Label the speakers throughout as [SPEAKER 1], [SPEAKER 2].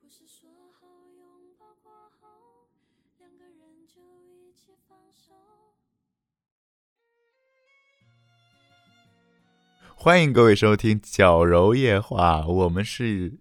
[SPEAKER 1] 不是说好拥抱过后，两个人就一起放手。
[SPEAKER 2] 欢迎各位收听《矫揉夜话》，我们是。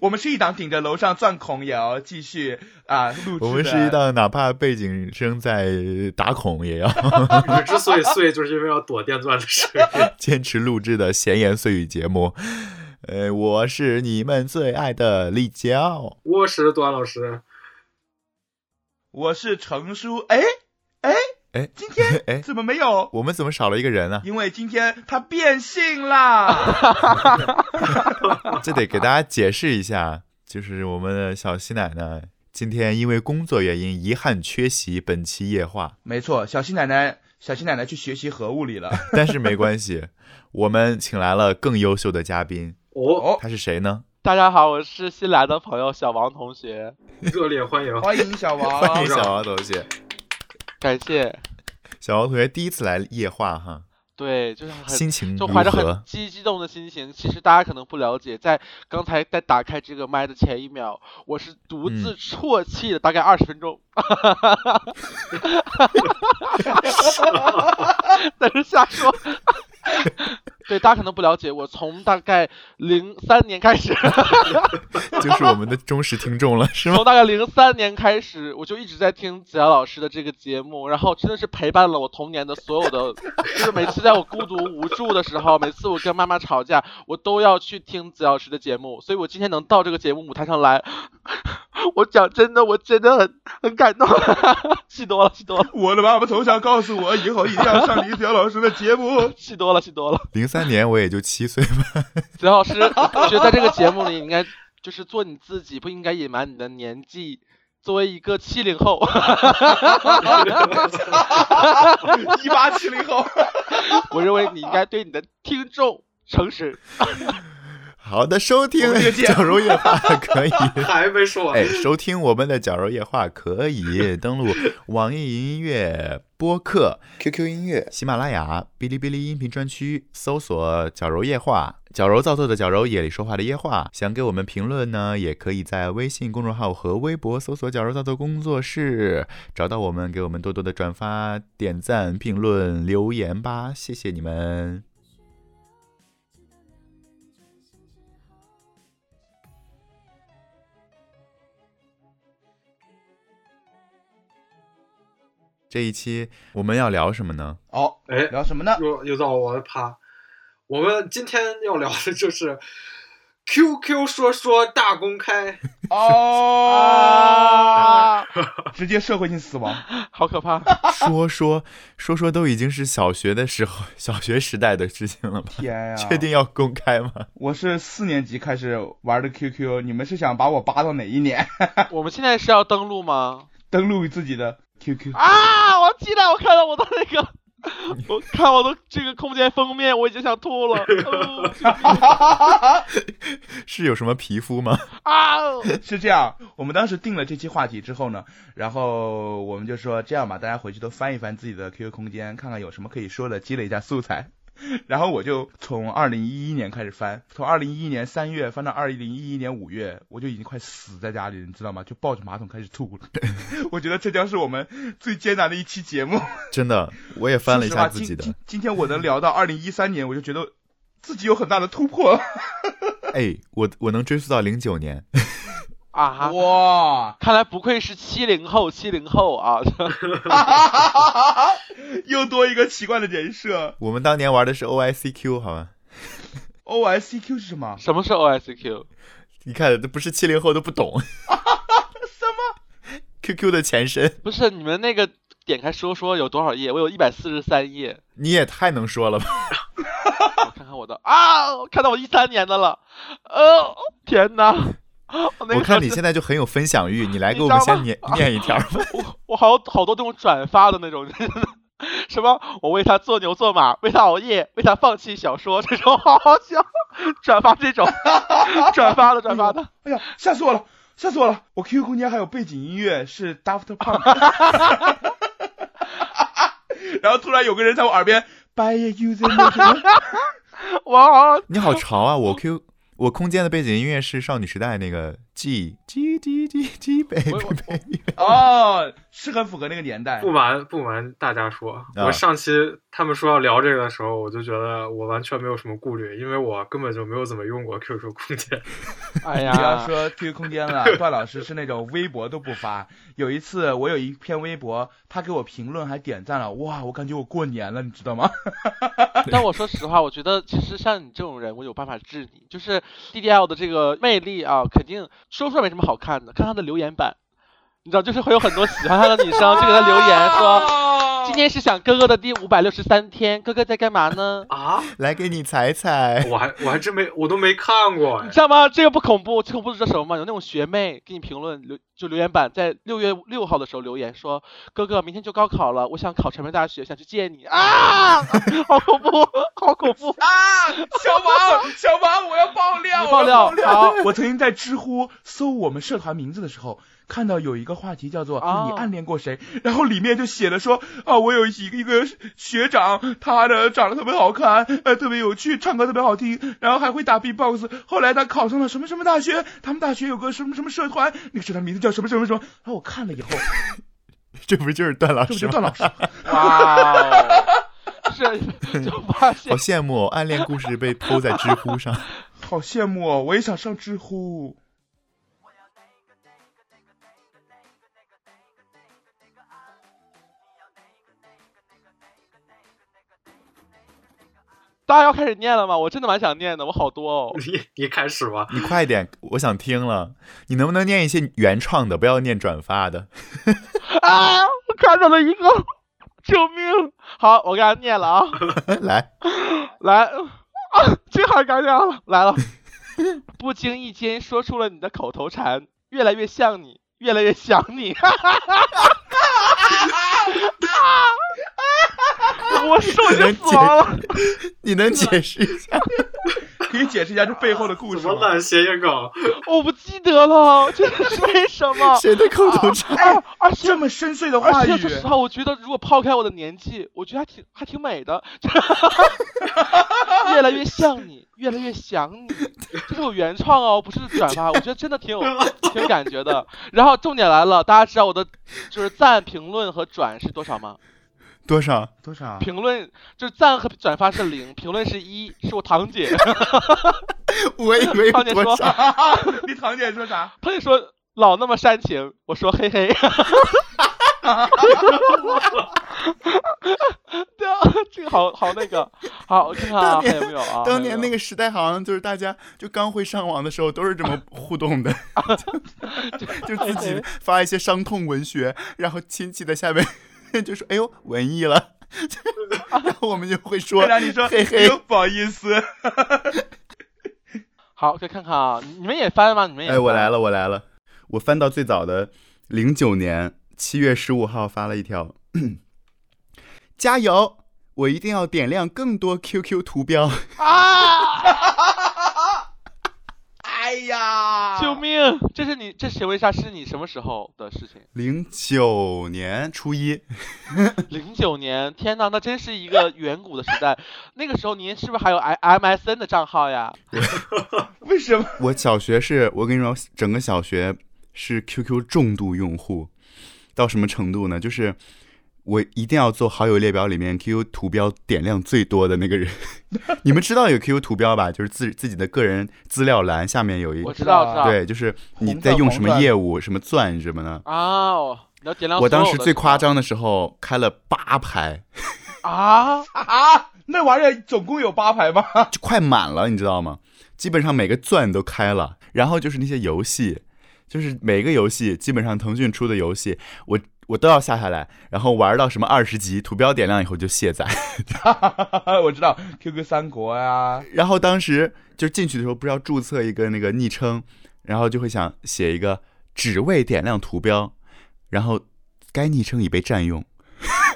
[SPEAKER 3] 我们是一档顶着楼上钻孔也要继续啊录制的。
[SPEAKER 2] 我们是一档哪怕背景声在打孔也要
[SPEAKER 4] 你们之所以碎，就是因为要躲电钻的声音。
[SPEAKER 2] 坚持录制的闲言碎语节目。呃，我是你们最爱的立交，
[SPEAKER 4] 我是段老师，
[SPEAKER 3] 我是程叔。哎哎
[SPEAKER 2] 哎
[SPEAKER 3] 今 天
[SPEAKER 2] 哎
[SPEAKER 3] 怎么没有？
[SPEAKER 2] 我们怎么少了一个人啊呢、
[SPEAKER 3] 因为今天他变 性啦！
[SPEAKER 2] 这得给大家解释一下，就是我们的小西奶奶今天因为工作原因遗憾缺席本期夜话，
[SPEAKER 3] 没错，小新奶奶，小新奶奶去学习核物理了。
[SPEAKER 2] 但是没关 系，我们请来了更优秀的嘉宾，
[SPEAKER 4] 哦，
[SPEAKER 3] 哦，
[SPEAKER 2] 他是谁呢？
[SPEAKER 5] 大家好，我是新来的朋友小王同学，
[SPEAKER 4] 热烈欢迎！
[SPEAKER 3] 欢迎小王，
[SPEAKER 2] 欢迎小王同学，
[SPEAKER 5] 感谢。
[SPEAKER 2] 小王同学第一次来夜话哈，
[SPEAKER 5] 对，就是很
[SPEAKER 2] 心情如
[SPEAKER 5] 就怀着
[SPEAKER 2] 何
[SPEAKER 5] 很？激激动的心情。其实大家可能不了解，在刚才在打开这个麦的前一秒，我是独
[SPEAKER 2] 嗯
[SPEAKER 5] 自啜泣了大概二十 分钟。在这瞎说。对，大家可能不了解，我从大概零三年开始，
[SPEAKER 2] 就是我们的忠实听众了，是 吗？
[SPEAKER 5] 从大概零三年开始，我就一直在听子瑶老师的这个节目，然后真的是陪伴了我童年的所有的，就是每次在我孤独无助的时候，每次我跟妈妈吵架，我都要去听子瑶老师的节目，所以我今天能到这个节目舞台上来， 我讲真的，我真的很很感动， 戏多了，戏多了，。
[SPEAKER 3] 我的妈妈从小告诉我，以后一定要上李小老师的节目
[SPEAKER 5] 戏多了，戏多了。
[SPEAKER 2] 零三年我也就七岁 吧，
[SPEAKER 5] 子瑶老师，我觉得在这个节目里，你应该就是做你自己，不应该隐瞒你的年纪。作为一个七零后，
[SPEAKER 3] 一八七零后，
[SPEAKER 5] 我认为你应该对你的听众诚实。
[SPEAKER 2] 好的，收听
[SPEAKER 3] 我们这个节 目
[SPEAKER 2] 绞肉夜话可以。
[SPEAKER 4] 还没说完，
[SPEAKER 2] 哎，收听我们的绞肉夜话可 以登录网易音乐播客、QQ 音乐、喜马拉雅、哔哩哔哩音频专区，搜索“绞肉夜话”，绞揉造作的绞揉，夜里说话的夜话。想给我们评论呢，也可以在微信公众号和微博搜索“绞揉造作工作室”，找到我们，给我们多多的转发、点赞、评论、留言吧，谢谢你们。
[SPEAKER 1] 直到两人转身之后。
[SPEAKER 2] 这一期我们要聊什么呢？
[SPEAKER 3] 哦，
[SPEAKER 4] 哎，
[SPEAKER 3] 聊什么呢？
[SPEAKER 4] 又又到我的趴。我们今天要聊的就是 QQ 说说大公开，
[SPEAKER 3] 哦，
[SPEAKER 5] 啊，
[SPEAKER 3] 直接社会性死亡。
[SPEAKER 5] 好可怕！
[SPEAKER 2] 说说说说都已经是小学的时候、小学时代的事情了吧？
[SPEAKER 3] 天
[SPEAKER 5] 啊
[SPEAKER 3] 呀！
[SPEAKER 2] 确定要公开吗？
[SPEAKER 3] 我是四年级开始玩的 QQ，你们是想把我扒到哪一年？
[SPEAKER 5] 我们现在是要登录吗？
[SPEAKER 3] 登录自己的 QQ，
[SPEAKER 5] 啊！我记得我看到我的那个，我看我的这个空间封面，我已经想吐了。哦
[SPEAKER 2] 是有什么皮肤 吗？
[SPEAKER 5] 啊！
[SPEAKER 3] 是这样。我们当时定了这期话题之后呢，然后我们就说这样吧，大家回去都翻一翻自己的 QQ 空间，看看有什么可以说的，积累一下素材。 然后我就从二零一一年开始翻，从二零一一年三月翻到二零一一年五月，我就已经快死在家里了，你知道吗？就抱着马桶开始吐了。 我觉得这将是我们最艰难的一期节目。
[SPEAKER 2] 真的，我也翻了一
[SPEAKER 3] 说实
[SPEAKER 2] 下
[SPEAKER 3] 话
[SPEAKER 2] 自己
[SPEAKER 3] 今今
[SPEAKER 2] 的。
[SPEAKER 3] 今天我能聊到二零一三年，我就觉得自己有很大的突破。
[SPEAKER 2] 哎，我我能追溯到零九年，
[SPEAKER 5] 啊！
[SPEAKER 3] 哇，
[SPEAKER 5] 看来不愧是七零后，七零后啊！
[SPEAKER 3] 又多一个奇怪的人设。
[SPEAKER 2] 我们当年玩的是 OICQ，好吧？
[SPEAKER 3] O I C Q 是什么？
[SPEAKER 5] 什么啊是 OSQ？
[SPEAKER 2] 你看，这不是七零后都不 懂
[SPEAKER 3] 什么？
[SPEAKER 2] QQ 的前身。
[SPEAKER 5] 不是你们那个点开说说有多少页？我有一百四十三页。
[SPEAKER 2] 你也太能说了吧？
[SPEAKER 5] 我看看我的啊！我看到我一三年的了。呃，天哪！ 我那个
[SPEAKER 2] 我看你
[SPEAKER 5] 时候
[SPEAKER 2] 现在就很有分享欲，你来给我们
[SPEAKER 5] 你知
[SPEAKER 2] 先
[SPEAKER 5] 道吗
[SPEAKER 2] 念念一条 吧。
[SPEAKER 5] 我我好好多这种转发的那种， 什么我为他做牛做马，为他熬夜，为他放弃小说，这种好好笑，转发这种， 转发的转发的，
[SPEAKER 3] 哎呀，吓死我了！吓死我了！我 QQ 空间还有背景音乐是 Daft Punk，然后突然有个人在我耳边，半夜又在那什么，
[SPEAKER 5] 哇，
[SPEAKER 2] 你好潮啊！我 Q 我空间的背景音乐是少女时代那个 G G G G G 贝贝
[SPEAKER 5] 我我
[SPEAKER 2] 贝，
[SPEAKER 3] 哦，是很符合那个年代
[SPEAKER 4] 不。瞒不瞒大家说，我上期他们说要聊这个的时候，我就觉得我完全没有什么顾虑，因为我根本就没有怎么用过 QQ 空 间。
[SPEAKER 5] 哎
[SPEAKER 3] 你要
[SPEAKER 2] 啊
[SPEAKER 5] 呀，
[SPEAKER 3] 说 QQ 空间 了，段老师是那种微博都不发。有一次我有一篇微博，他给我评论还点赞了，哇，我感觉我过年了，你知道吗？
[SPEAKER 5] 但我说实话，我觉得其实像你这种人，我有办法治你。就是 DDL 的这个魅力啊，肯定说出来没什么好看的，看他的留言板，你知道，就是会有很多喜欢他的女生就给他留言说，
[SPEAKER 3] 哦
[SPEAKER 5] 今天是想哥哥的第五百六十三天，哥哥在干嘛呢？
[SPEAKER 4] 啊，
[SPEAKER 2] 来给你踩
[SPEAKER 3] 哦
[SPEAKER 2] 踩。
[SPEAKER 4] 我还我还真没我都没看过哎
[SPEAKER 5] 你知道吗？这个不恐怖，最恐怖的是什么吗？有那种学妹给你评论留就留言板，在六月六号的时候留言说：“哥哥，明天就高考了，我想考传媒大学，想去见你啊！” 好恐怖，好恐怖！
[SPEAKER 3] 啊！小王， 小王，我要爆料！
[SPEAKER 5] 你爆料
[SPEAKER 3] 我要
[SPEAKER 5] 好！
[SPEAKER 3] 我曾经在知乎搜我们社团名字的时候，看到有一个话题叫做“
[SPEAKER 5] 哦
[SPEAKER 3] 你暗恋过谁”，然后里面就写了说啊，我有一个一个学长，他呢长得特别好看，呃，特别有趣，唱歌特别好听，然后还会打 B-box。后来他考上了什么什么大学，他们大学有个什么什么社团，那个社团名字叫什么什么什么。然后我看了以后，
[SPEAKER 2] 这不就是段老
[SPEAKER 3] 这不
[SPEAKER 2] 师吗？
[SPEAKER 3] 就段老师？
[SPEAKER 5] 哇哦， 就是就发现
[SPEAKER 2] 好羡慕哦，暗恋故事被抛在知乎 上。
[SPEAKER 3] 好羡慕哦，我也想上知乎。
[SPEAKER 5] 大家要开始念了吗？我真的蛮想念的，我好多哦。
[SPEAKER 4] 你你开始吧，
[SPEAKER 2] 你快点，我想听了。你能不能念一些原创的，不要念转发的？
[SPEAKER 5] 啊！我看到了一个，救命！好，我给大家念了啊。
[SPEAKER 2] 来，
[SPEAKER 5] 来，啊，这还感染了，来了，不经意间说出了你的口头禅，越来越像你，越来越想你，哈哈哈哈我受
[SPEAKER 2] 你
[SPEAKER 5] 惊
[SPEAKER 2] 能
[SPEAKER 5] 死亡了，
[SPEAKER 2] 解，你能解释一 下？
[SPEAKER 3] 可以解释一下这背后的故
[SPEAKER 4] 怎
[SPEAKER 3] 事
[SPEAKER 4] 么
[SPEAKER 3] 吗？
[SPEAKER 4] 烂谐音梗？
[SPEAKER 5] 我不记得了，这是为什么？
[SPEAKER 2] 谁的口头禅？
[SPEAKER 5] 啊，而且
[SPEAKER 3] 这么深邃的话
[SPEAKER 5] 而
[SPEAKER 3] 语，
[SPEAKER 5] 且说啊实话，我觉得如果抛开我的年纪，我觉得还挺还挺美的， 越来越像你，越来越想你，这是我原创哦，不是转发，我觉得真的挺有挺有感觉的。然后重点来了，大家知道我的就是赞、评论和转是多少吗？
[SPEAKER 2] 多少？
[SPEAKER 3] 多少？
[SPEAKER 5] 评论就是赞和转发是零，评论是一，是我堂姐，
[SPEAKER 2] 我以为
[SPEAKER 5] 堂姐
[SPEAKER 2] 多
[SPEAKER 5] 说
[SPEAKER 2] 少？
[SPEAKER 3] 你堂姐说啥？
[SPEAKER 5] 堂姐说老那么煽情，我说嘿 嘿。对啊，这个好好那个，好，我看看啊，
[SPEAKER 2] 当年
[SPEAKER 5] 还有没有啊？
[SPEAKER 2] 当年那
[SPEAKER 5] 个
[SPEAKER 2] 个时代好像就是大家就刚会上网的时候都是这么互动 的，就自己
[SPEAKER 3] 哎
[SPEAKER 2] 发一些伤痛文学，然后亲戚在下面 就说：“哎呦，文艺了。” 然后我们就会说
[SPEAKER 3] 会长，你说，
[SPEAKER 2] 嘿
[SPEAKER 3] 哎
[SPEAKER 2] 嘿
[SPEAKER 3] 呦，不好意思，
[SPEAKER 5] 好，再看看啊，你你们也翻吗？你们也
[SPEAKER 2] 哎，我来
[SPEAKER 5] 了，
[SPEAKER 2] 了，我来了，我翻到最早的零九年七月十五号发了一条， 加油，我一定要点亮更多 QQ 图标。
[SPEAKER 3] 啊哎呀，
[SPEAKER 5] 救命！这是你，这请问一下，是你什么时候的事情？
[SPEAKER 2] 零九年初一，
[SPEAKER 5] 零九年，天呐，那真是一个远古的时代。那个时候您是不是还有 I MSN 的账号呀？
[SPEAKER 3] 为什么？
[SPEAKER 2] 我小学是我跟你说，整个小学是 QQ 重度用户，到什么程度呢？就是我一定要做好友列表里面 QQ 图标点亮最多的那个人。 你们知道有 QQ 图标吧？就是自自己的个人资料栏下面有一
[SPEAKER 5] 我
[SPEAKER 3] 知
[SPEAKER 5] 知
[SPEAKER 3] 道
[SPEAKER 5] 道，
[SPEAKER 3] 啊
[SPEAKER 5] 知道。
[SPEAKER 2] 对，就是你
[SPEAKER 3] 红
[SPEAKER 2] 在
[SPEAKER 3] 钻
[SPEAKER 2] 用
[SPEAKER 3] 黄
[SPEAKER 2] 什么
[SPEAKER 3] 钻
[SPEAKER 2] 业务、什么钻什么的。
[SPEAKER 5] 啊，哦你要点亮
[SPEAKER 2] 我当
[SPEAKER 5] 所有
[SPEAKER 2] 时
[SPEAKER 5] 的
[SPEAKER 2] 最
[SPEAKER 5] 是吧
[SPEAKER 2] 夸张的时候开了八排，
[SPEAKER 5] 啊！
[SPEAKER 3] 啊，那玩意儿总共有八排吗？
[SPEAKER 2] 就快满了，你知道吗？基本上每个钻都开了，然后就是那些游戏，就是每个游戏基本上腾讯出的游戏，我我都要下下来，然后玩到什么二十级，图标点亮以后就卸载。
[SPEAKER 3] 我知道，QQ 三国呀、
[SPEAKER 2] 然后当时就进去的时候，不是要注册一个那个昵称，然后就会想写一个只为点亮图标，然后该昵称已被占用，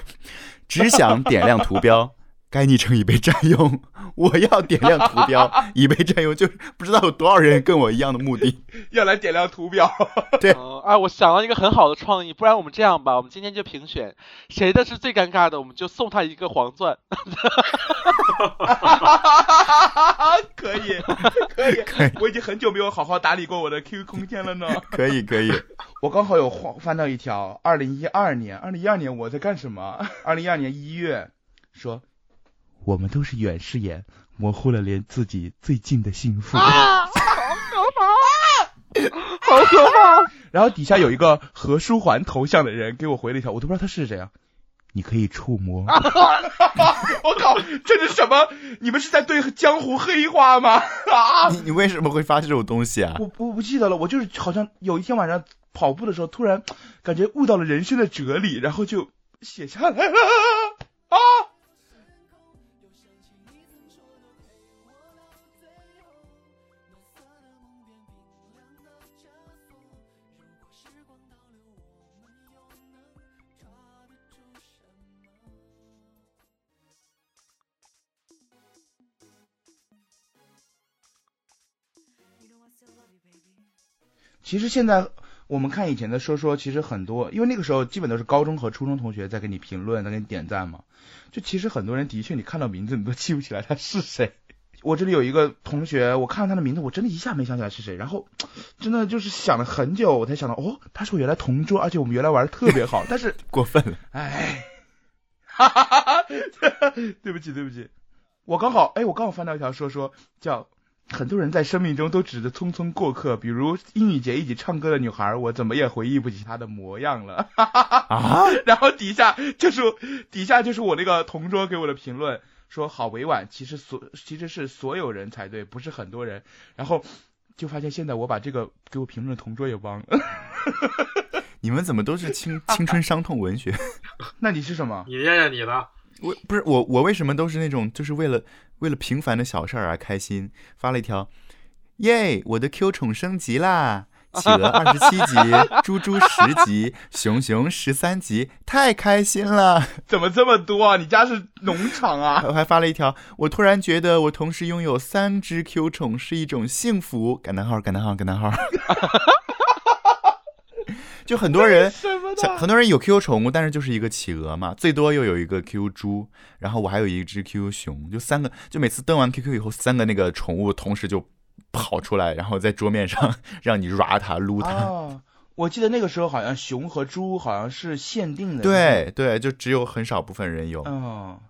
[SPEAKER 2] 只想点亮图标，该昵称已被占用，我要点亮图标已被占用，就是不知道有多少人跟我一样的目的。
[SPEAKER 3] 要来点亮图标。
[SPEAKER 5] 嗯，哎，我想到一个很好的创意，不然我们这样吧，我们今天就评选谁的是最尴尬的，我们就送他一个黄钻。
[SPEAKER 3] 可以
[SPEAKER 2] 可以，
[SPEAKER 3] 我已经很久没有好好打理过我的 QQ 空间了呢。
[SPEAKER 2] 可以可以，
[SPEAKER 3] 我刚好有晃翻到一条，二零一二年，二零一二年我在干什么？二零一二年一月说，我们都是远视眼，模糊了连自己最近的幸福。
[SPEAKER 5] 好可怕！
[SPEAKER 3] 然后底下有一个何书桓头像的人给我回了一条，我都不知道他是谁啊。你可以触摸， 我靠，这是什么？你们是在对江湖黑化吗？啊！
[SPEAKER 2] 你你为什么会发这种东西啊？
[SPEAKER 3] 我我不记得了，我就是好像有一天晚上跑步的时候，突然感觉悟到了人生的哲理，然后就写下来了。啊！其实现在我们看以前的说说，其实很多，因为那个时候基本都是高中和初中同学在给你评论，在给你点赞嘛。就其实很多人的确，你看到名字你都记不起来他是谁。我这里有一个同学，我看到他的名字，我真的一下没想起来是谁，然后真的就是想了很久，我才想到，哦，他是我原来同桌，而且我们原来玩的特别好。但是，
[SPEAKER 2] 过分了，
[SPEAKER 3] 哎， 哈哈哈，对不起，对不起，我刚好，哎，我刚好翻到一条说说叫很多人在生命中都只是匆匆过客，比如英语节一起唱歌的女孩，我怎么也回忆不起她的模样了。
[SPEAKER 2] 啊！
[SPEAKER 3] 然后底下就是底下就是我那个同桌给我的评论，说好委婉，其实所其实是所有人才对，不是很多人。然后就发现现在我把这个给我评论的同桌也忘了。
[SPEAKER 2] 你们怎么都是青青春伤痛文学？
[SPEAKER 3] 那你是什么？
[SPEAKER 4] 你念念你的，
[SPEAKER 2] 我不是我，我为什么都是那种就是为了为了平凡的小事儿而开心？发了一条，耶，我的 Q 宠升级啦！企鹅二十七级，猪猪十级，熊熊十三级，太开心了！
[SPEAKER 3] 怎么这么多啊？你家是农场啊？
[SPEAKER 2] 我还发了一条，我突然觉得我同时拥有三只 Q 宠是一种幸福。感叹号，感叹号，感叹号。 就很多人，
[SPEAKER 3] 什么
[SPEAKER 2] 像
[SPEAKER 3] 的？
[SPEAKER 2] 很多人有 Q 宠物，但是就是一个企鹅嘛，最多又有一个 Q 猪，然后我还有一只 Q 熊，就三个，就每次登完 QQ 以后，三个那个宠物同时就跑出来，然后在桌面上 让你 ra 它、撸它。
[SPEAKER 3] 啊，我记得那个时候好像熊和猪好像是限定的。。
[SPEAKER 2] 对对，就只有很少部分人有。
[SPEAKER 3] 嗯。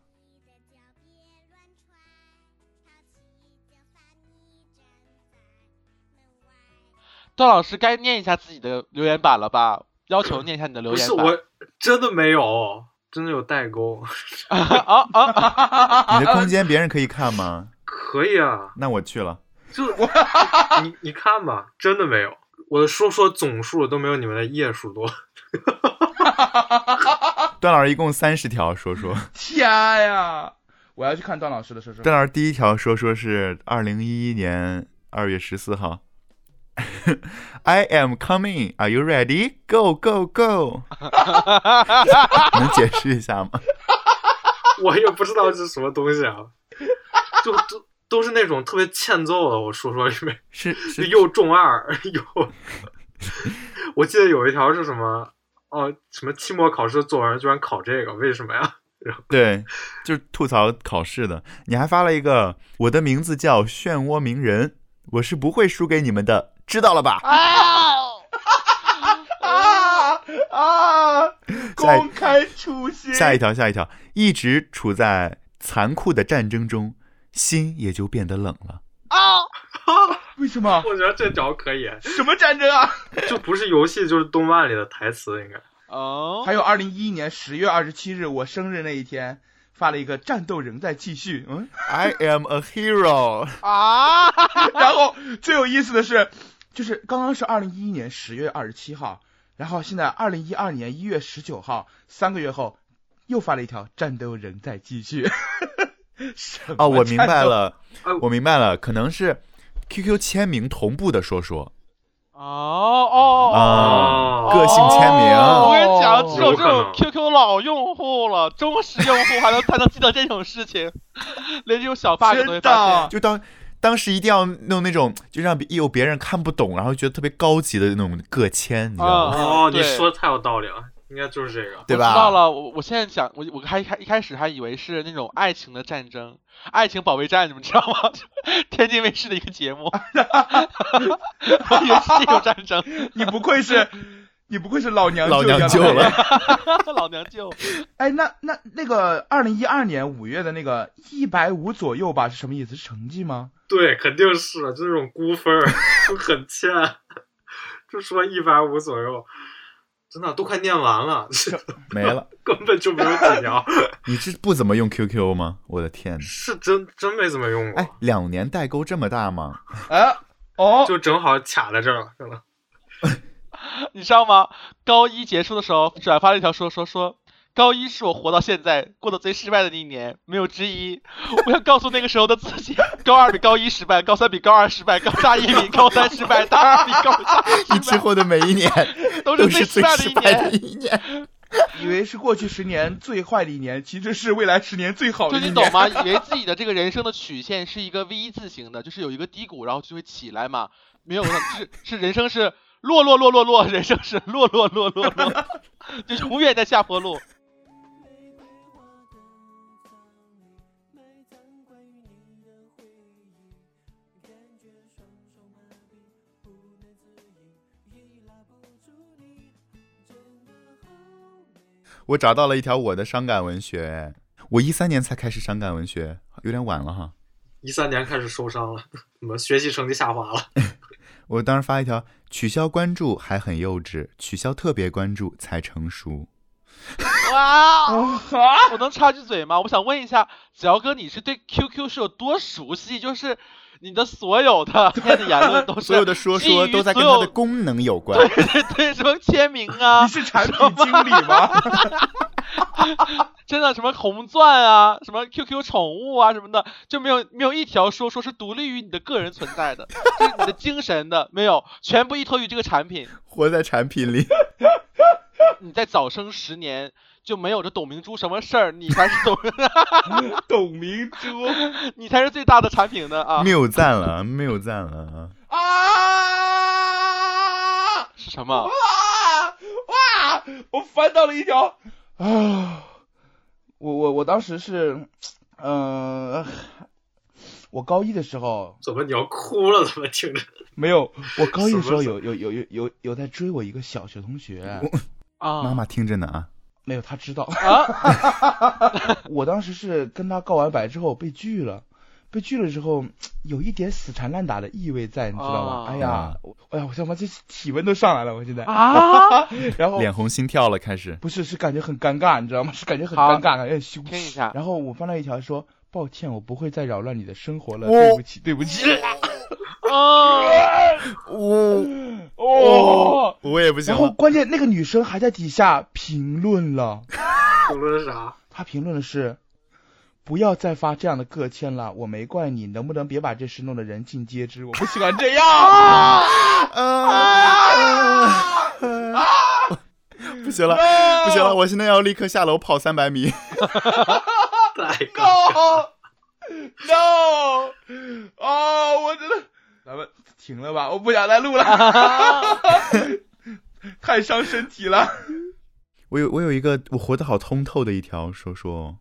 [SPEAKER 5] 段老师该念一下自己的留言板了吧？要求念一下你的留
[SPEAKER 4] 不
[SPEAKER 5] 言
[SPEAKER 4] 是
[SPEAKER 5] 板。
[SPEAKER 4] 我真的没有，真的有代沟，
[SPEAKER 5] 啊啊啊！
[SPEAKER 2] 你的空间别人可以看吗？
[SPEAKER 4] 可以啊，
[SPEAKER 2] 那我去了。
[SPEAKER 4] 就你你看吧，真的没有，我的说说总数都没有你们的页数多，
[SPEAKER 2] 段老师一共三十条，说说。
[SPEAKER 3] 天呀！我要去看段老师的说说。
[SPEAKER 2] 段老师第一条说说是二零一一年二月十四号，I am coming, are you ready? Go go go！能解释一下吗？
[SPEAKER 4] 我也不知道这是什么东西啊，就都都是那种特别欠揍的，我说说里面。
[SPEAKER 2] 是
[SPEAKER 4] 就是又中二又，我记得有一条是什么哦，什么期末考试作文居然考这个，为什么呀？
[SPEAKER 2] 对，就是吐槽考试的。你还发了一个，我的名字叫漩涡鸣人，我是不会输给你们的，知道了吧？
[SPEAKER 3] 啊 啊！公开处刑。
[SPEAKER 2] 下一条，下一条，一直处在残酷的战争中，心也就变得冷了。
[SPEAKER 3] 为什么？
[SPEAKER 4] 我觉得这条可以，
[SPEAKER 3] 什么战争啊？
[SPEAKER 4] 就不是游戏就是动漫里的台词，应该
[SPEAKER 5] 哦
[SPEAKER 3] 还，有二零一一年十月二十七日我生日那一天，发了一个战斗仍在继续，嗯，
[SPEAKER 2] I am a hero。
[SPEAKER 5] 啊！
[SPEAKER 3] 然后最有意思的是，就是刚刚是二零一一年十月二十七号，然后现在二零一二年一月十九号，三个月后又发了一条战斗仍在 继续。什么
[SPEAKER 2] 哦，我明白
[SPEAKER 3] 战斗，
[SPEAKER 2] 了
[SPEAKER 4] 哎，
[SPEAKER 5] 呃
[SPEAKER 2] 我明白了，可能是 QQ 签名同步的说说
[SPEAKER 5] 哦哦哦！
[SPEAKER 2] 啊，
[SPEAKER 4] 哦
[SPEAKER 2] 个性签
[SPEAKER 5] 我
[SPEAKER 2] 名，
[SPEAKER 5] 跟你讲，只有
[SPEAKER 4] 有
[SPEAKER 5] 这
[SPEAKER 4] 可能
[SPEAKER 5] 种 QQ 老用户了，忠实用户还能才能记得这种事情， 连这种小 bug 都会
[SPEAKER 3] 真
[SPEAKER 5] 发现。
[SPEAKER 3] 的
[SPEAKER 2] 就当当时一定要弄那种，就让别有别人看不懂，然后觉得特别高级的那种个签，你知道吗？
[SPEAKER 5] 啊
[SPEAKER 4] 哦，你
[SPEAKER 5] 对
[SPEAKER 4] 说太有道理了，应该就是这个。
[SPEAKER 2] 对
[SPEAKER 5] 我知
[SPEAKER 2] 吧？
[SPEAKER 5] 道了，我我现在想，我我还开一开始还以为是那种爱情的战争，爱情保卫战，你们知道吗？ 天津卫视的一个节目，我以为是这种战争，
[SPEAKER 3] 你不愧是，你不愧是老娘
[SPEAKER 2] 老
[SPEAKER 3] 舅
[SPEAKER 2] 娘
[SPEAKER 3] 呀
[SPEAKER 2] 舅了。
[SPEAKER 5] 老娘舅，
[SPEAKER 3] 哎，那那那个二零一二年五月的那个一百五左右吧，是什么意思？是成 绩吗？
[SPEAKER 4] 对，肯定是就那种估分儿就很欠，就说一百五左右，真的都快念完了，
[SPEAKER 2] 没了。
[SPEAKER 4] 根本就没有几条，
[SPEAKER 2] 你是不怎么用 QQ 吗？我的天！
[SPEAKER 4] 是真真没怎么用过，
[SPEAKER 2] 哎，两年代沟这么大吗？哎
[SPEAKER 3] 啊，哦，
[SPEAKER 4] 就正好卡在这儿了，可能。
[SPEAKER 5] 你知道吗？高一结束的时候转发了一条说说说。高一是我活到现在过得最失败的一年，没有之一。我想告诉那个时候的自己，高二比高一失败，高三比高二失败，高大一比高三失败，大二比高三
[SPEAKER 2] 你之后的每 一 年
[SPEAKER 5] 都
[SPEAKER 2] 都
[SPEAKER 5] 是
[SPEAKER 2] 是
[SPEAKER 5] 最
[SPEAKER 2] 最
[SPEAKER 5] 失
[SPEAKER 2] 失
[SPEAKER 5] 败的一
[SPEAKER 2] 败
[SPEAKER 5] 年
[SPEAKER 2] 的。一年。
[SPEAKER 3] 以为是过去十年最坏的一年，其实是未来十年最好的一
[SPEAKER 5] 就你
[SPEAKER 3] 年。
[SPEAKER 5] 懂吗？以为自己的这个人生的曲线是一个 V 字形的，就是有一个低谷，然后就会起来嘛。没有，是是人生是落落落落落，人生是落落落落落，就是永远在下坡路。
[SPEAKER 1] 玫瑰，我的葬礼，埋葬关于你的回忆，感觉双手麻痹，不能自已，也拉不住你，真的好美。
[SPEAKER 2] 我找到了一条我的伤感文学。我一三年才开始伤感文学，有点晚了哈。
[SPEAKER 4] 一三年开始受伤了，怎么学习成绩下滑了？
[SPEAKER 2] 我当时发一条：取消关注还很幼稚，取消特别关注才成熟。哦
[SPEAKER 5] 哇，我能插句嘴吗？我想问一下，子瑶哥，你是对 QQ 是有多熟悉？就是你的所 有的那的言论都是
[SPEAKER 2] 所有的说
[SPEAKER 5] 基于
[SPEAKER 2] 说都在跟它
[SPEAKER 5] 所有
[SPEAKER 2] 的功能有关。
[SPEAKER 5] 对对什么签名啊
[SPEAKER 3] 你，是产品经理吗？
[SPEAKER 5] 真的什么红钻啊，什么 QQ 宠物啊什么的，就没有没有一条说说是独立于你的个人存在的， 就是你的精神的，没有，全部依托于这个产品。
[SPEAKER 2] 活在产品里，
[SPEAKER 5] 你在早生十年就没有这董明珠什么事儿，你才是董，
[SPEAKER 3] 董明珠
[SPEAKER 5] 你才是最大的产品的啊！
[SPEAKER 2] 谬赞了啊，谬赞了啊！
[SPEAKER 3] 啊啊
[SPEAKER 5] 是什么？
[SPEAKER 3] 哇！我翻到了一条啊！我我我当时是，嗯、我高一的时候，
[SPEAKER 4] 怎么你要哭了？怎么听着？
[SPEAKER 3] 没有，我高一的时候
[SPEAKER 4] 什
[SPEAKER 3] 有有有有有有在追我一个小学同学，
[SPEAKER 5] 啊
[SPEAKER 2] 妈妈听着呢啊，
[SPEAKER 3] 没有他知道，
[SPEAKER 5] 啊！
[SPEAKER 3] 我当时是跟他告完白之后被拒了，被拒了之后有一点死缠烂打的意味在，你知道吗？
[SPEAKER 5] 啊
[SPEAKER 3] 哎呀，我哎呀，我他妈这体温都上来了，我现在，
[SPEAKER 5] 啊！
[SPEAKER 3] 然后
[SPEAKER 2] 脸红心跳了，开始。
[SPEAKER 3] 不是是感觉很尴尬，你知道吗？是感觉很
[SPEAKER 5] 好
[SPEAKER 3] 尴尬，感觉很羞
[SPEAKER 5] 听一
[SPEAKER 3] 耻。
[SPEAKER 5] 下，
[SPEAKER 3] 然后我翻了一条说。抱歉，我不会再扰乱你的生活了，
[SPEAKER 2] 哦
[SPEAKER 3] 对不起，对不起。
[SPEAKER 5] 啊，
[SPEAKER 2] 哦，
[SPEAKER 3] 哦，
[SPEAKER 2] 我也不行
[SPEAKER 3] 然后
[SPEAKER 2] 了。
[SPEAKER 3] 关键那个女生还在底下评论了。
[SPEAKER 4] 评论啥？
[SPEAKER 3] 他评论的是：“不要再发这样的个签了，我没怪你，能不能别把这事弄得人尽皆知？我不喜欢这样。
[SPEAKER 2] 啊啊不行了，
[SPEAKER 3] 啊
[SPEAKER 2] 不行了，我现在要立刻下楼跑三百米。
[SPEAKER 4] 太高
[SPEAKER 3] No，哦，我真的，咱们停了吧，我不想再录了， 太伤身体了。
[SPEAKER 2] 我有我有一个我活得好通透的一条说说，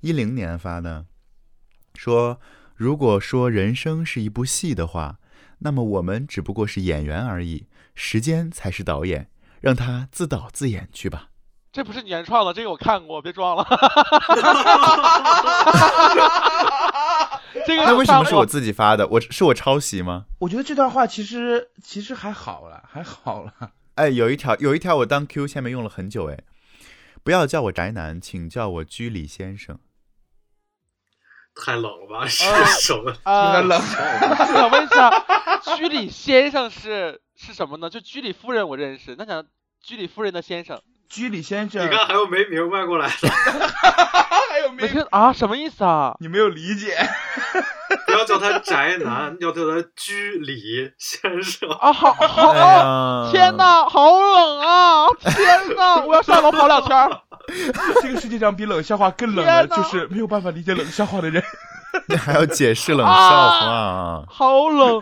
[SPEAKER 2] 一零年发的，说如果说人生是一部戏的话，那么我们只不过是演员而已，时间才是导演，让他自导自演去吧。
[SPEAKER 5] 这不是你原创的，这个我看过，别装了。 这个
[SPEAKER 2] 哎那为什么
[SPEAKER 5] 看
[SPEAKER 2] 是
[SPEAKER 5] 过
[SPEAKER 2] 我自己发的？我是我抄袭吗？
[SPEAKER 3] 我觉得这段话其实其实还好了，还好了。
[SPEAKER 2] 哎，有一条有一条我当 Q 下面用了很久哎，不要叫我宅男，请叫我居里先生。
[SPEAKER 4] 太冷了吧？是什么？
[SPEAKER 3] 有
[SPEAKER 5] 啊
[SPEAKER 3] 点？冷，
[SPEAKER 5] 我想问一下，居里先生是是什么呢？就居里夫人我认识，那想居里夫人的先生，
[SPEAKER 3] 居里先生
[SPEAKER 4] 你，看还有没明白过来的？
[SPEAKER 3] 还有没
[SPEAKER 5] 没听啊？什么意思啊？
[SPEAKER 3] 你没有理解？
[SPEAKER 4] 不要叫他宅男，要叫他居里先生。
[SPEAKER 5] 啊，好好、
[SPEAKER 2] 哎呀，
[SPEAKER 5] 天！哪，好冷啊！天哪，我要下楼跑两圈儿。
[SPEAKER 3] 这个世界上比冷笑话更冷的，
[SPEAKER 5] 天哪
[SPEAKER 3] 就是没有办法理解冷笑话的人。
[SPEAKER 2] 还要解释冷笑话啊？
[SPEAKER 5] 好冷，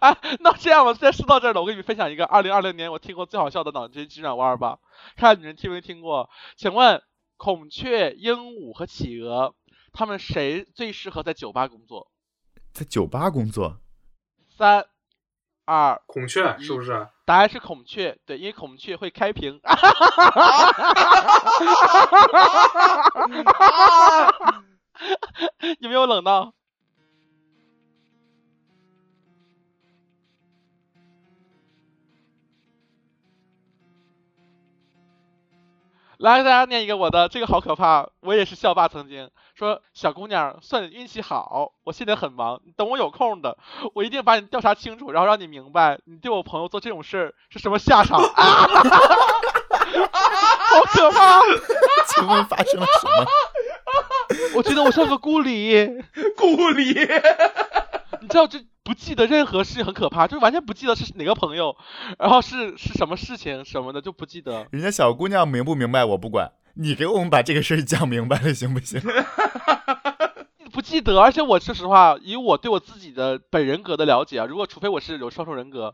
[SPEAKER 5] 啊，那这样吧，先说到这儿了。我给你们分享一个二零二零年我听过最好笑的脑筋急转弯吧，看看你们听没听过？请问孔雀、鹦鹉和企鹅，它们谁最适合在酒吧工作？
[SPEAKER 2] 在酒吧工作，
[SPEAKER 5] 三、二，
[SPEAKER 4] 孔雀是啊不是？
[SPEAKER 5] 答案是孔雀，对，因为孔雀会开屏。 有没有冷到？来，给大家念一个我的，这个好可怕，啊我也是校霸，曾经说小姑娘，算你运气好，我现在很忙，等我有空的，我一定把你调查清楚，然后让你明白，你对我朋友做这种事儿是什么下场啊！ 好可怕！
[SPEAKER 2] 请问发生了什么？
[SPEAKER 5] 我觉得我像个孤里，
[SPEAKER 3] 顾 里，
[SPEAKER 5] 你知道这不记得任何事情很可怕，就完全不记得是哪个朋友，然后是是什么事情什么的就不记得。
[SPEAKER 2] 人家小姑娘明不明白我不管，你给我们把这个事儿讲明白了行不行？
[SPEAKER 5] 不记得，而且我说实话，以我对我自己的本人格的了解啊，如果除非我是有双重人格，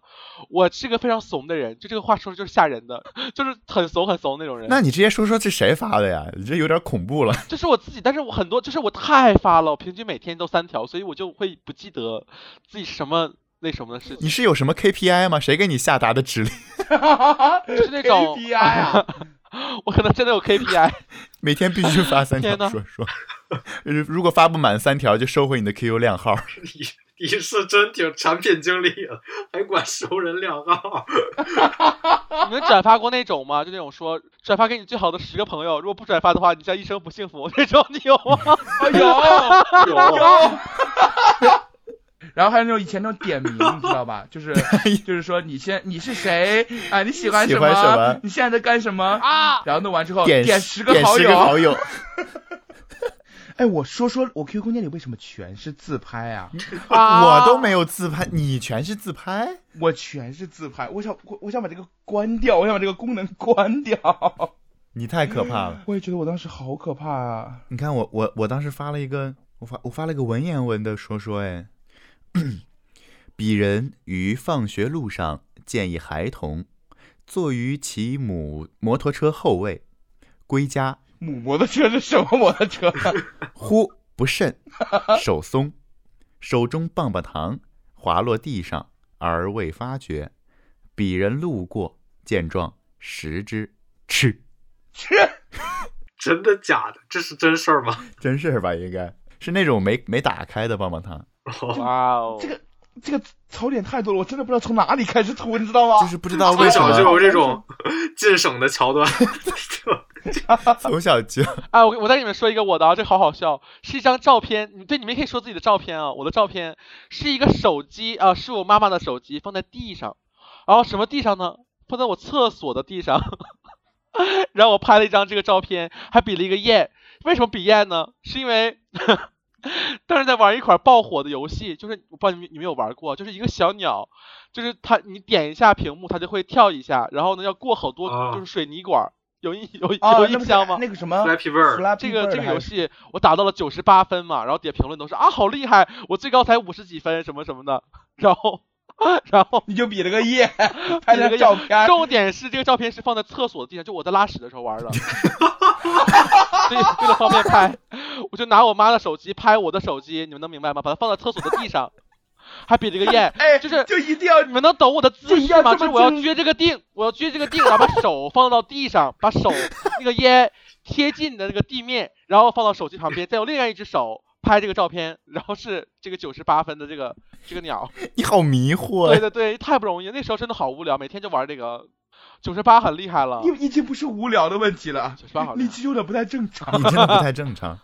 [SPEAKER 5] 我是个非常怂的人，就这个话说出就是吓人的，就是很怂很怂那种人。
[SPEAKER 2] 那你直接说说是谁发的呀？你这有点恐怖了。
[SPEAKER 5] 这是我自己，但是我很多就是我太爱发了，我平均每天都三条，所以我就会不记得自己什么那什么的事情，
[SPEAKER 2] 你是有什么 KPI 吗？谁给你下达的指令？
[SPEAKER 5] 就是那 种
[SPEAKER 3] KPI 啊，
[SPEAKER 5] 我可能真的有 KPI，
[SPEAKER 2] 每天必须发三条
[SPEAKER 5] 天，哪
[SPEAKER 2] 说说。如如果发不满三条，就收回你的 QQ 量号。
[SPEAKER 4] 你你是真挺产品经理了，还管熟人靓号？
[SPEAKER 5] 你们转发过那种吗？就那种说 转发给你最好的十个朋友，如果不转发的话，你将一生不幸福那种，你有吗？
[SPEAKER 3] 哎有。
[SPEAKER 4] 有
[SPEAKER 3] 然后还有那种以前那种点名，你知道 吧？就是就是说你先你是 谁啊？你喜欢
[SPEAKER 2] 喜
[SPEAKER 3] 什
[SPEAKER 2] 欢
[SPEAKER 3] 么？
[SPEAKER 2] 什么
[SPEAKER 3] 你现在在干什么？
[SPEAKER 5] 啊，
[SPEAKER 3] 然后弄完之后
[SPEAKER 2] 点
[SPEAKER 3] 哦十个
[SPEAKER 2] 点
[SPEAKER 3] 好
[SPEAKER 2] 十个好
[SPEAKER 3] 友。
[SPEAKER 2] 友，
[SPEAKER 3] 哎，我说说我 QQ 空间里为什么全是自拍啊？
[SPEAKER 5] 啊
[SPEAKER 2] 我都没有自拍，你全是自拍。
[SPEAKER 3] 我全是自拍，我想我我想把这个关掉，我想把这个功能关掉。
[SPEAKER 2] 你太可怕了！
[SPEAKER 3] 我也觉得我当时好可怕啊！
[SPEAKER 2] 你看我我我当时发了一个，我发我发了一个文言文的说说，哎，鄙人于放学路上见一孩童，坐于其母摩托车后位，归家，
[SPEAKER 3] 母摩托车是什么摩托车？
[SPEAKER 2] 忽不慎手松，手中棒棒糖滑落地上而未发觉，鄙人路过见状食之，吃，
[SPEAKER 4] 真的假的？这是真事儿吗？
[SPEAKER 2] 真事儿吧？应该是那种没没打开的棒棒糖。
[SPEAKER 5] 哇哦，
[SPEAKER 3] 这个这个槽点太多了，我真的不知道从哪里开始吐，你知道吗？
[SPEAKER 2] 就是不知道为
[SPEAKER 4] 从
[SPEAKER 2] 什
[SPEAKER 4] 小
[SPEAKER 2] 么
[SPEAKER 4] 就有这种进省的桥段，
[SPEAKER 2] 从小就
[SPEAKER 5] 哎，我我再给你们说一个我的啊，这好好笑，是一张照片，你对你们也可以说自己的照片啊，我的照片是一个手机啊、是我妈妈的手机放在地上，然后什么地上呢？放在我厕所的地上， 然后我拍了一张这个照片，还比了一个耶，为什么比耶呢？是因为当时在玩一款爆火的游戏，就是我不知道你们你们有玩过，啊就是一个小鸟，就是它你点一下屏幕，它就会跳一下，然后呢要过好多
[SPEAKER 4] 啊
[SPEAKER 5] 就是水泥管儿，有印有
[SPEAKER 3] 啊，
[SPEAKER 5] 有
[SPEAKER 3] 那
[SPEAKER 5] 印
[SPEAKER 3] 不是
[SPEAKER 5] 象吗？
[SPEAKER 3] 那个什么
[SPEAKER 4] Flappy Bird
[SPEAKER 3] Flappy
[SPEAKER 5] 这个
[SPEAKER 3] Bird
[SPEAKER 5] 这个
[SPEAKER 3] 还
[SPEAKER 5] 游
[SPEAKER 3] 是
[SPEAKER 5] 戏我打到了九十八分嘛，然后底下评论都是啊好厉害，我最高才五十几分什么什么的，然后然后
[SPEAKER 3] 你就比了个 耶，拍
[SPEAKER 5] 了
[SPEAKER 3] 张
[SPEAKER 5] 个
[SPEAKER 3] 照片儿，
[SPEAKER 5] 重点是这个照片是放在厕所的地上，就我在拉屎的时 候玩的，所以为了方便拍，我就拿我妈的手机拍我的手机，你们能明白吗？把它放在厕所的地上，还 比了个耶，
[SPEAKER 3] 哎，
[SPEAKER 5] 就是
[SPEAKER 3] 就一定要
[SPEAKER 5] 你们能懂我的
[SPEAKER 3] 就
[SPEAKER 5] 姿
[SPEAKER 3] 一定
[SPEAKER 5] 势
[SPEAKER 3] 要
[SPEAKER 5] 吗？
[SPEAKER 3] 这
[SPEAKER 5] 就
[SPEAKER 3] 么
[SPEAKER 5] 是我要
[SPEAKER 3] 正
[SPEAKER 5] 撅这个腚，我要撅这个腚，然后把手放到地上，把手那个烟贴近你的那个地面，然后放到手机旁边，再用另外一只手拍这个照片，然后是这个九十八分的这个这个 鸟。
[SPEAKER 2] 你好迷惑
[SPEAKER 5] 对
[SPEAKER 2] 啊，
[SPEAKER 5] 对对，太不容易，那时候真的好无聊，每天就玩这个九十八，很厉害了，
[SPEAKER 3] 已已经不是无聊的问题了啊，
[SPEAKER 5] 九十八好厉
[SPEAKER 3] 你
[SPEAKER 5] 害。
[SPEAKER 3] 这有点不太正常。
[SPEAKER 2] 你真的不太正常。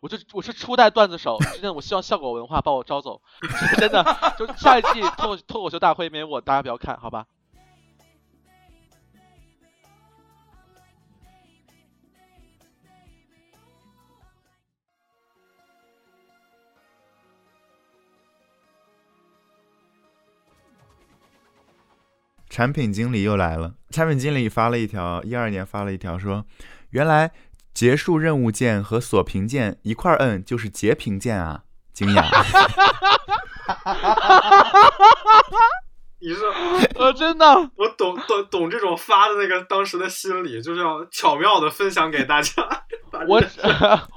[SPEAKER 5] 我就我是初代段子手，真的，我希望效果文化把我招走， 真的，就下一季脱口脱口秀大会没有我，大家不要看好吧？
[SPEAKER 2] 产品经理又来了，产品经理发了一条，一二年发了一条说，原来结束任务键和锁屏键一块儿摁就是截屏键啊，惊讶。
[SPEAKER 4] 你是
[SPEAKER 5] 呃，真的，
[SPEAKER 4] 我懂懂懂这种发的那个当时的心理，就是要巧妙的分享给大家。
[SPEAKER 5] 我只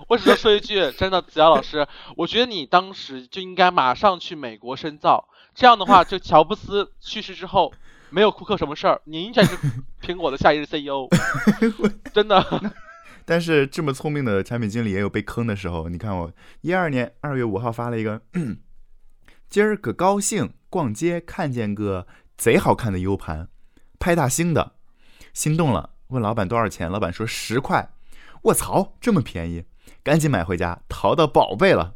[SPEAKER 5] 我只能说一句，真的，子瑶老师，我觉得你当时就应该马上去美国深造，这样的话，就乔布斯去世之后。没有库克什么事儿，你应该是苹果的下一任 CEO，真的。
[SPEAKER 2] 但是这么聪明的产品经理也有被坑的时候。你看我一二年二月五号发了一个，嗯今儿可高兴，逛街看见个贼好看的 U 盘，拍大星的，心动了，问老板多少钱，老板说十块，卧槽，这么便宜，赶紧买回家，淘到宝贝了。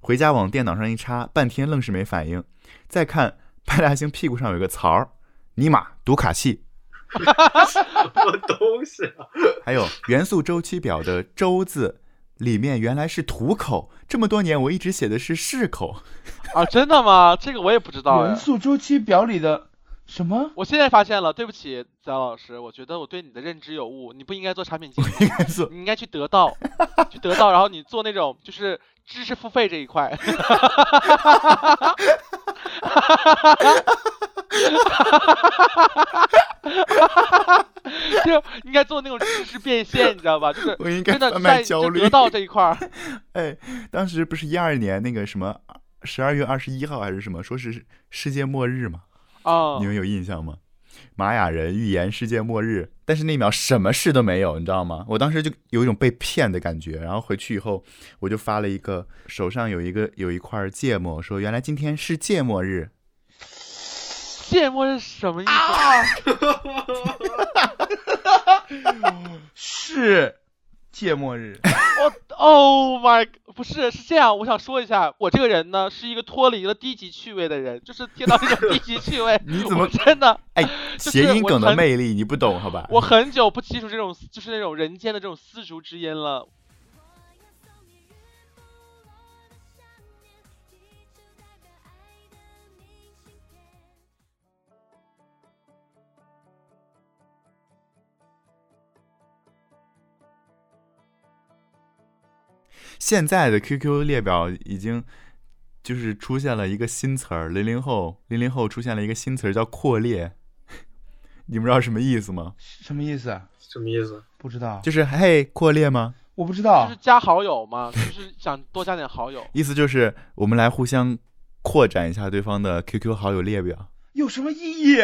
[SPEAKER 2] 回家往电脑上一插，半天愣是没反应，再看派大星屁股上有个槽儿，尼玛读卡器，
[SPEAKER 4] 什么东西啊？
[SPEAKER 2] 还有元素周期表的“周”字里面原来是土口，这么多年我一直写的是室口。
[SPEAKER 5] 啊，真的吗？这个我也不知道
[SPEAKER 3] 元
[SPEAKER 5] 哎。
[SPEAKER 3] 素周期表里的什么？
[SPEAKER 5] 我现在发现了，对不起，子瑶老师，我觉得我对你的认知有误，你不应该做产品经理，
[SPEAKER 2] 元素
[SPEAKER 5] 你应该去得到， 去得到，然后你做那种就是知识付费这一块。 就应该做那种知识变现，你知道吧？就是
[SPEAKER 2] 我应该
[SPEAKER 5] 真的
[SPEAKER 2] 贩卖
[SPEAKER 5] 在
[SPEAKER 2] 焦
[SPEAKER 5] 就
[SPEAKER 2] 虑
[SPEAKER 5] 得到这一块 儿，
[SPEAKER 2] 哎，当时不是一二年那个什么十二月二十一号还是什么，说是世界末日嘛？
[SPEAKER 5] 啊、
[SPEAKER 2] 你们有印象吗？玛雅人预言世界末日，但是那一秒什么事都没有，你知道吗？我当时就有一种被骗的感觉。然后回去以后，我就发了一个手上有一个有一块芥末，说原来今天是芥末日。，
[SPEAKER 5] 芥末是什么意思？啊、
[SPEAKER 3] 是芥末日。
[SPEAKER 5] 我 Oh my，不是是这样，我想说一下，我这个人呢是一个脱离了低级趣味的人，就是听到这种低级趣味
[SPEAKER 2] 你怎么
[SPEAKER 5] 我真的？
[SPEAKER 2] 哎，
[SPEAKER 5] 就是
[SPEAKER 2] 谐音
[SPEAKER 5] 我
[SPEAKER 2] 梗的
[SPEAKER 5] 很
[SPEAKER 2] 魅力你不懂好吧？
[SPEAKER 5] 我很久不接触这种就是那种人间的这种丝竹之音了。
[SPEAKER 2] 现在的 QQ 列表已经就是出现了一个新词儿，零零后零零后出现了一个新词儿叫扩列， 你们知道什么意思吗？
[SPEAKER 3] 什么意思啊？
[SPEAKER 4] 什么意思？
[SPEAKER 3] 不知道，
[SPEAKER 2] 就是嘿扩列吗？
[SPEAKER 3] 我不知
[SPEAKER 5] 就
[SPEAKER 3] 道
[SPEAKER 2] 啊
[SPEAKER 5] 是。加好友嘛，就是想多加点好友。
[SPEAKER 2] 意思就是我们来互相扩展一下对方的 QQ 好友列表，
[SPEAKER 3] 有什么 意义？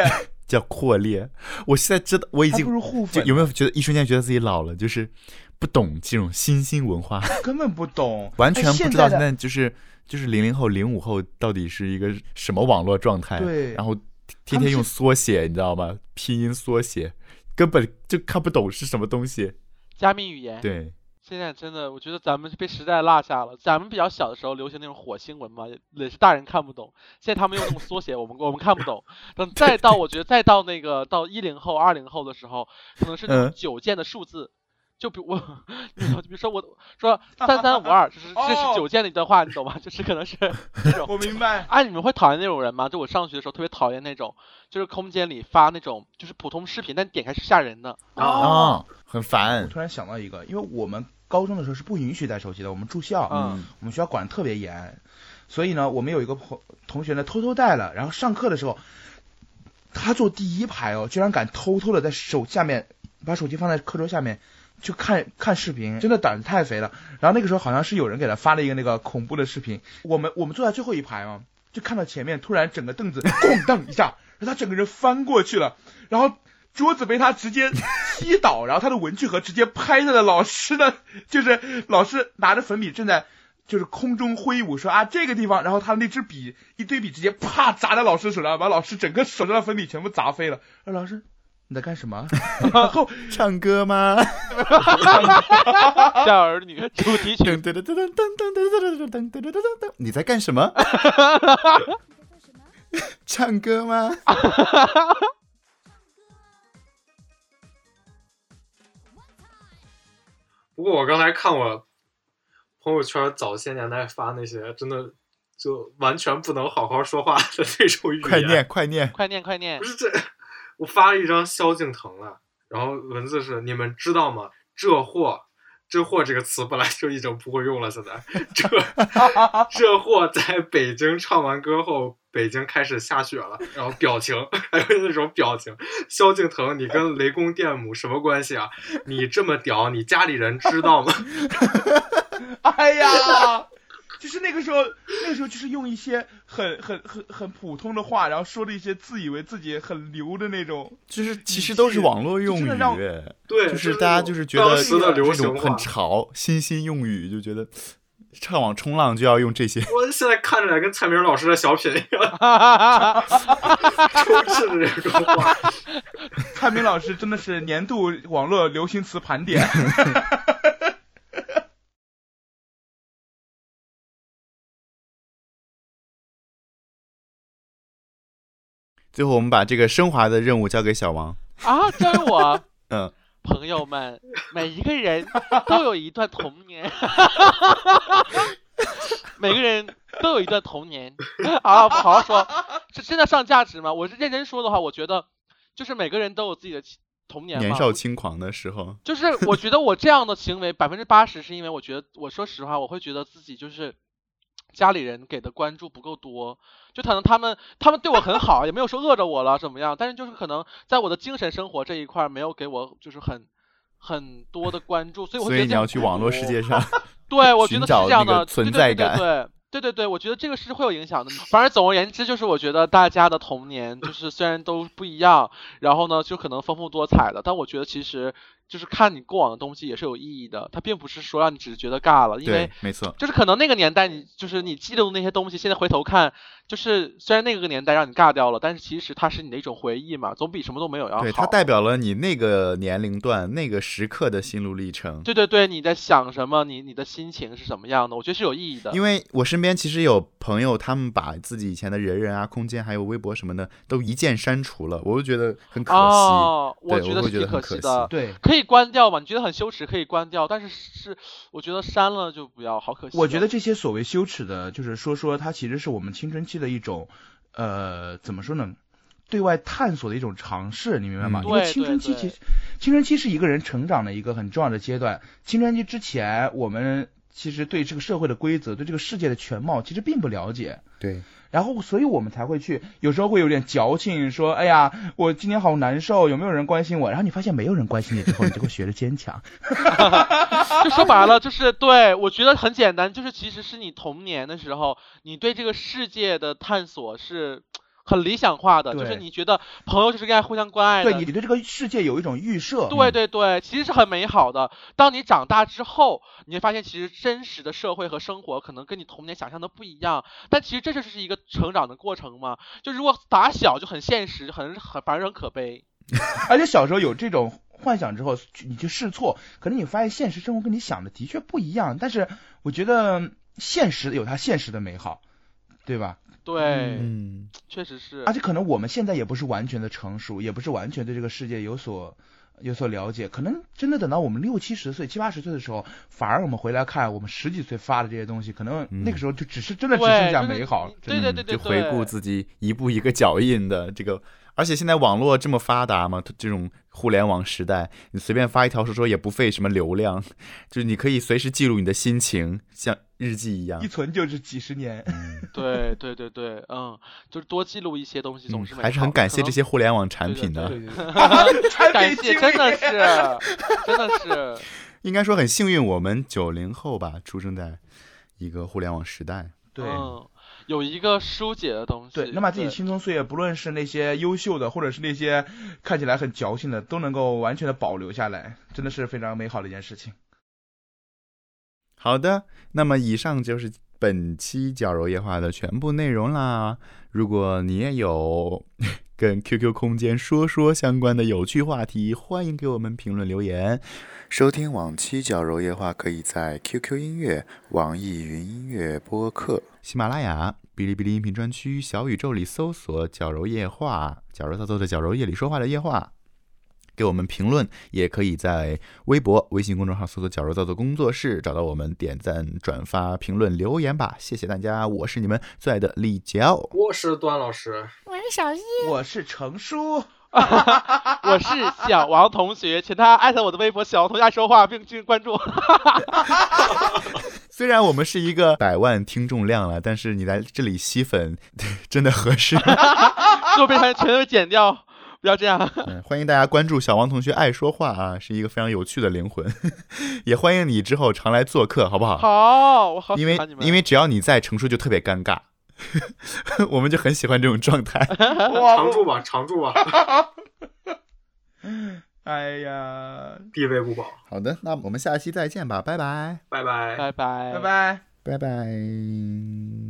[SPEAKER 2] 叫扩列。我现在知道，我已
[SPEAKER 3] 还不
[SPEAKER 2] 经
[SPEAKER 3] 如互
[SPEAKER 2] 就
[SPEAKER 3] 粉，
[SPEAKER 2] 有没有觉得一瞬间觉得自己老了，就是不懂这种新兴文化。
[SPEAKER 3] 根本不懂，
[SPEAKER 2] 完全
[SPEAKER 3] 哎
[SPEAKER 2] 不
[SPEAKER 3] 现
[SPEAKER 2] 知道
[SPEAKER 3] 在
[SPEAKER 2] 现
[SPEAKER 3] 的
[SPEAKER 2] 在就是就是零零后、零五后到底是一个什么网络状态，
[SPEAKER 3] 对
[SPEAKER 2] 然后
[SPEAKER 3] 他
[SPEAKER 2] 天
[SPEAKER 3] 们
[SPEAKER 2] 天
[SPEAKER 3] 是
[SPEAKER 2] 用缩写，你知道吗？拼音缩写，根本就看不懂是什么东西。
[SPEAKER 5] 加密语言。
[SPEAKER 2] 对，
[SPEAKER 5] 现在真的，我觉得咱们是被时代落下了。咱们比较小的时候流行那种火星文嘛，也也是大人看不懂。现在他们用那种缩写，我们我们看不懂。等再到，我觉得再到那个到一零后、二零后的时候，可能是那
[SPEAKER 2] 嗯
[SPEAKER 5] 种九键的数字。就比我， 你知道就比如说我说三三五二，这是这
[SPEAKER 3] 哦
[SPEAKER 5] 是九键的一段话，你懂吗？就是可能是这种。
[SPEAKER 3] 我明白。
[SPEAKER 5] 哎，你们会讨厌那种人吗？就我上学的时候特别讨厌那种，就是空间里发那种就是普通视频，但点开是吓人的。
[SPEAKER 2] 啊、
[SPEAKER 4] 啊，
[SPEAKER 2] 很烦
[SPEAKER 3] 我。突然想到一个，因为我们高中的时候是不允许带手机的，我们住校，
[SPEAKER 5] 嗯
[SPEAKER 3] 我们学校管得特别严，所以呢，我们有一个朋同学呢偷偷带了，然后上课的时候，他坐第一排哦，居然敢偷偷的在手下面把手机放在课桌下面。去看看视频，真的胆子太肥了。然后那个时候好像是有人给他发了一个那个恐怖的视频，我们我们坐在最后一排嘛，就看到前面突然整个凳子咣当一下，然后他整个人翻过去了，然后桌子被他直接踢倒，然后他的文具盒直接拍在了老师的，就是老师拿着粉笔正在就是空中挥舞说啊这个地方，然后他那支笔一堆笔直接啪砸在老师手上，把老师整个手上的粉笔全部砸飞了。然后老师你在干什么？然后
[SPEAKER 2] 唱歌吗？
[SPEAKER 5] 《家有儿女》主题曲
[SPEAKER 2] 噔噔噔噔噔噔噔噔噔噔噔噔噔噔，你在干什么？唱歌
[SPEAKER 4] 哎
[SPEAKER 2] 吗？
[SPEAKER 4] 不过我刚才看我朋友圈早些年代发那些，真的就完全不能好好说话的那种语言。
[SPEAKER 2] 快念快念！
[SPEAKER 5] 快念快念
[SPEAKER 4] 不！是这，我发了一张萧敬腾的，然后文字是：你们知道吗？这货真货这个词本来就已经不会用了，现在 这这货在北京唱完歌后，北京开始下雪了，然后表情 还有那种表情。萧敬腾，你跟雷公电母什么关系啊？你这么屌，你家里人知道吗？
[SPEAKER 3] 哎呀，就是那个时候，那个时候就是用一些很很很很普通的话，然后说了一些自以为自己很牛的那种，
[SPEAKER 2] 就是其实都是网络用
[SPEAKER 3] 真的
[SPEAKER 2] 语，
[SPEAKER 3] 让
[SPEAKER 4] 对，
[SPEAKER 2] 就是
[SPEAKER 4] 是
[SPEAKER 2] 大家就是觉
[SPEAKER 4] 当
[SPEAKER 2] 得
[SPEAKER 4] 时的流
[SPEAKER 2] 这
[SPEAKER 4] 行
[SPEAKER 2] 种很
[SPEAKER 4] 化。
[SPEAKER 2] 潮新兴用语，就觉得上网冲浪就要用这些。
[SPEAKER 4] 我现在看着来跟蔡明老师的小品一样，
[SPEAKER 5] 啊
[SPEAKER 4] 充斥着这种话。
[SPEAKER 3] 蔡明老师真的是年度网络流行词盘点。
[SPEAKER 2] 最后我们把这个升华的任务交给小王。
[SPEAKER 5] 啊，教育我，
[SPEAKER 2] 嗯，
[SPEAKER 5] 朋友们，每一个人都有一段童年， 每个人都有一段童年。啊，我好好说，是真的上价值吗？我是认真说的话，我觉得就是每个人都有自己的童年嘛。
[SPEAKER 2] 年少轻狂的时候，
[SPEAKER 5] 就是我觉得我这样的行为百分之八十是因为我觉得，我说实话，我会觉得自己就是家里人给的关注不够多，就可能他们他们对我很好，也没有说饿着我了怎么样，但是就是可能在我的精神生活这一块儿没有给我就是很很多的关注，所以我
[SPEAKER 2] 所
[SPEAKER 5] 会觉
[SPEAKER 2] 以
[SPEAKER 5] 得
[SPEAKER 2] 你
[SPEAKER 5] 这嗯
[SPEAKER 2] 要
[SPEAKER 5] 很
[SPEAKER 2] 去
[SPEAKER 5] 孤
[SPEAKER 2] 网络
[SPEAKER 5] 独
[SPEAKER 2] 世界上
[SPEAKER 5] 对，我觉
[SPEAKER 2] 寻
[SPEAKER 5] 得是
[SPEAKER 2] 找
[SPEAKER 5] 这样
[SPEAKER 2] 那个
[SPEAKER 5] 的
[SPEAKER 2] 存
[SPEAKER 5] 对
[SPEAKER 2] 在
[SPEAKER 5] 对
[SPEAKER 2] 感
[SPEAKER 5] 对 对对对对对，我觉得这个是会有影响的。反而总而言之，就是我觉得大家的童年就是虽然都不一样，然后呢就可能丰富多彩的，但我觉得其实就是看你过往的东西也是有意义的，它并不是说让你只是觉得尬了，因为
[SPEAKER 2] 对，没错，
[SPEAKER 5] 就是可能那个年代你就是你记录的那些东西，现在回头看，就是虽然那个年代让你尬掉了，但是其实它是你的一种回忆嘛，总比什么都没有要好。
[SPEAKER 2] 对，它代表了你那个年龄段、那个时刻的心路历程。
[SPEAKER 5] 对对对，你在想什么？你你的心情是什么样的？我觉得是有意义的。
[SPEAKER 2] 因为我身边其实有朋友，他们把自己以前的人人啊、空间还有微博什么的都一键删除了，我就觉得很可惜。
[SPEAKER 5] 哦，我
[SPEAKER 2] 对
[SPEAKER 5] 觉
[SPEAKER 2] 我
[SPEAKER 5] 得
[SPEAKER 2] 会
[SPEAKER 5] 是
[SPEAKER 2] 觉
[SPEAKER 5] 挺
[SPEAKER 2] 得很
[SPEAKER 5] 惜
[SPEAKER 2] 可
[SPEAKER 5] 的。
[SPEAKER 3] 对，
[SPEAKER 5] 可以关掉嘛？你觉得很羞耻，可以关掉，但是是我觉得删了就不要，好可惜哦。
[SPEAKER 3] 我觉得这些所谓羞耻的，就是说说它其实是我们青春期的一种，呃，怎么说呢？对外探索的一种尝试，你明白吗？
[SPEAKER 2] 嗯
[SPEAKER 3] 因为
[SPEAKER 5] 对
[SPEAKER 3] 青春
[SPEAKER 5] 对
[SPEAKER 3] 期
[SPEAKER 5] 对
[SPEAKER 3] 其实，青春期是一个人成长的一个很重要的阶段。青春期之前，我们其实对这个社会的规则、对这个世界的全貌其实并不了解。
[SPEAKER 2] 对，
[SPEAKER 3] 然后，所以我们才会去，有时候会有点矫情，说，哎呀，我今天好难受，有没有人关心我？然后你发现没有人关心你之后，你就会学着坚 强。
[SPEAKER 5] 就说白了， 就是对我觉得很简单，就是其实是你童年的时候，你对这个世界的探索是很理想化的，就是
[SPEAKER 3] 对
[SPEAKER 5] 你觉得朋友就是应该互相关爱的，
[SPEAKER 3] 对你，你对这个世界有一种预
[SPEAKER 2] 嗯
[SPEAKER 3] 设。
[SPEAKER 5] 对对对，其实是很美好的。当你长大之后，你会发现其实真实的社会和生活可能跟你童年想象的不一样，但其实这就是一个成长的过程嘛。就如果打小就很现实，很很反正很可悲。
[SPEAKER 3] 而且小时候有这种幻想之后，去你去试错，可能你发现现实生活跟你想的的确不一样。但是我觉得现实有它现实的美好，对吧？
[SPEAKER 5] 对，
[SPEAKER 2] 嗯，
[SPEAKER 5] 确实是
[SPEAKER 3] 而。且可能我们现在也不是完全的成熟，也不是完全对这个世界有所有所了解。可能真的等到我们六七十岁、七八十岁的时候，反而我们回来看我们十几岁发的这些东西，可能那个时候就只是真的只
[SPEAKER 5] 对，
[SPEAKER 3] 剩
[SPEAKER 5] 就
[SPEAKER 3] 下
[SPEAKER 5] 是
[SPEAKER 3] 美好。
[SPEAKER 5] 你
[SPEAKER 3] 真
[SPEAKER 5] 对
[SPEAKER 3] 的
[SPEAKER 5] 对
[SPEAKER 2] 嗯
[SPEAKER 5] 对对对，
[SPEAKER 2] 就回顾自己一步一个脚印的这个，而且现在网络这么发达嘛，它这种互联网时代，你随便发一条说说也不费什么流量，就是你可以随时记录你的心情，像日记一样
[SPEAKER 3] 一。存就是几十年。
[SPEAKER 5] 嗯对对对对，嗯，就是多记录一些东西，总
[SPEAKER 2] 嗯
[SPEAKER 5] 是，美
[SPEAKER 2] 还是
[SPEAKER 5] 好
[SPEAKER 2] 很
[SPEAKER 5] 的
[SPEAKER 2] 感
[SPEAKER 5] 可
[SPEAKER 2] 谢
[SPEAKER 5] 能
[SPEAKER 2] 这些互联网产品的。
[SPEAKER 5] 对
[SPEAKER 3] 产
[SPEAKER 5] 感
[SPEAKER 3] 品
[SPEAKER 5] 谢，
[SPEAKER 3] 经
[SPEAKER 5] 真的
[SPEAKER 3] 理
[SPEAKER 5] 是，真的是。
[SPEAKER 2] 应该说很幸运，我们九零后吧，出生在一个互联网时代。
[SPEAKER 3] 对。
[SPEAKER 5] 嗯，有一个疏解的东西。
[SPEAKER 3] 对，能把自己青春岁月，不论是那些优秀的，或者是那些看起来很矫情的，都能够完全的保留下来，真的是非常美好的一件事情。
[SPEAKER 2] 好的，那么以上就是本期矫揉夜话的全部内容啦。如果你也有 跟 QQ 空间说说相关的有趣话题，欢迎给我们评论留言。收听往期矫揉夜话，可以在 QQ 音乐、网易云音乐播客、喜马拉雅、哔哩哔哩音频专区、小宇宙里搜索“矫揉夜话”，矫揉造作的矫揉，夜里说话的夜话。给我们评论，也可以在微博、微信公众号搜索“矫揉造作工作室”，找到我们点赞、转发、评论、留言吧，谢谢大家，我是你们最爱的李娇。
[SPEAKER 4] 我是段老师，
[SPEAKER 6] 我是小易，
[SPEAKER 3] 我是程叔，
[SPEAKER 5] 我是小王同学，请他艾特我的微博“小王同学爱说话”，并进行关注。
[SPEAKER 2] 虽然我们是一个百万听众量了，但是你来这里吸粉 真的合 适。
[SPEAKER 5] 做备胎全都剪掉，不要这样。
[SPEAKER 2] 嗯，欢迎大家关注小王同学爱说话啊，是一个非常有趣的灵魂， 也欢迎你之后常来做客，好不好？
[SPEAKER 5] 好，我好喜
[SPEAKER 2] 因为
[SPEAKER 5] 欢你们。
[SPEAKER 2] 因为只要你在，程叔就特别尴尬， 我们就很喜欢这种状态。
[SPEAKER 4] 常住吧，常住吧，
[SPEAKER 3] 哎呀，
[SPEAKER 4] 地位不保，
[SPEAKER 2] 好的，那我们下期再见吧，拜拜，
[SPEAKER 4] 拜拜。
[SPEAKER 5] 拜拜，
[SPEAKER 3] 拜拜。
[SPEAKER 2] 拜拜。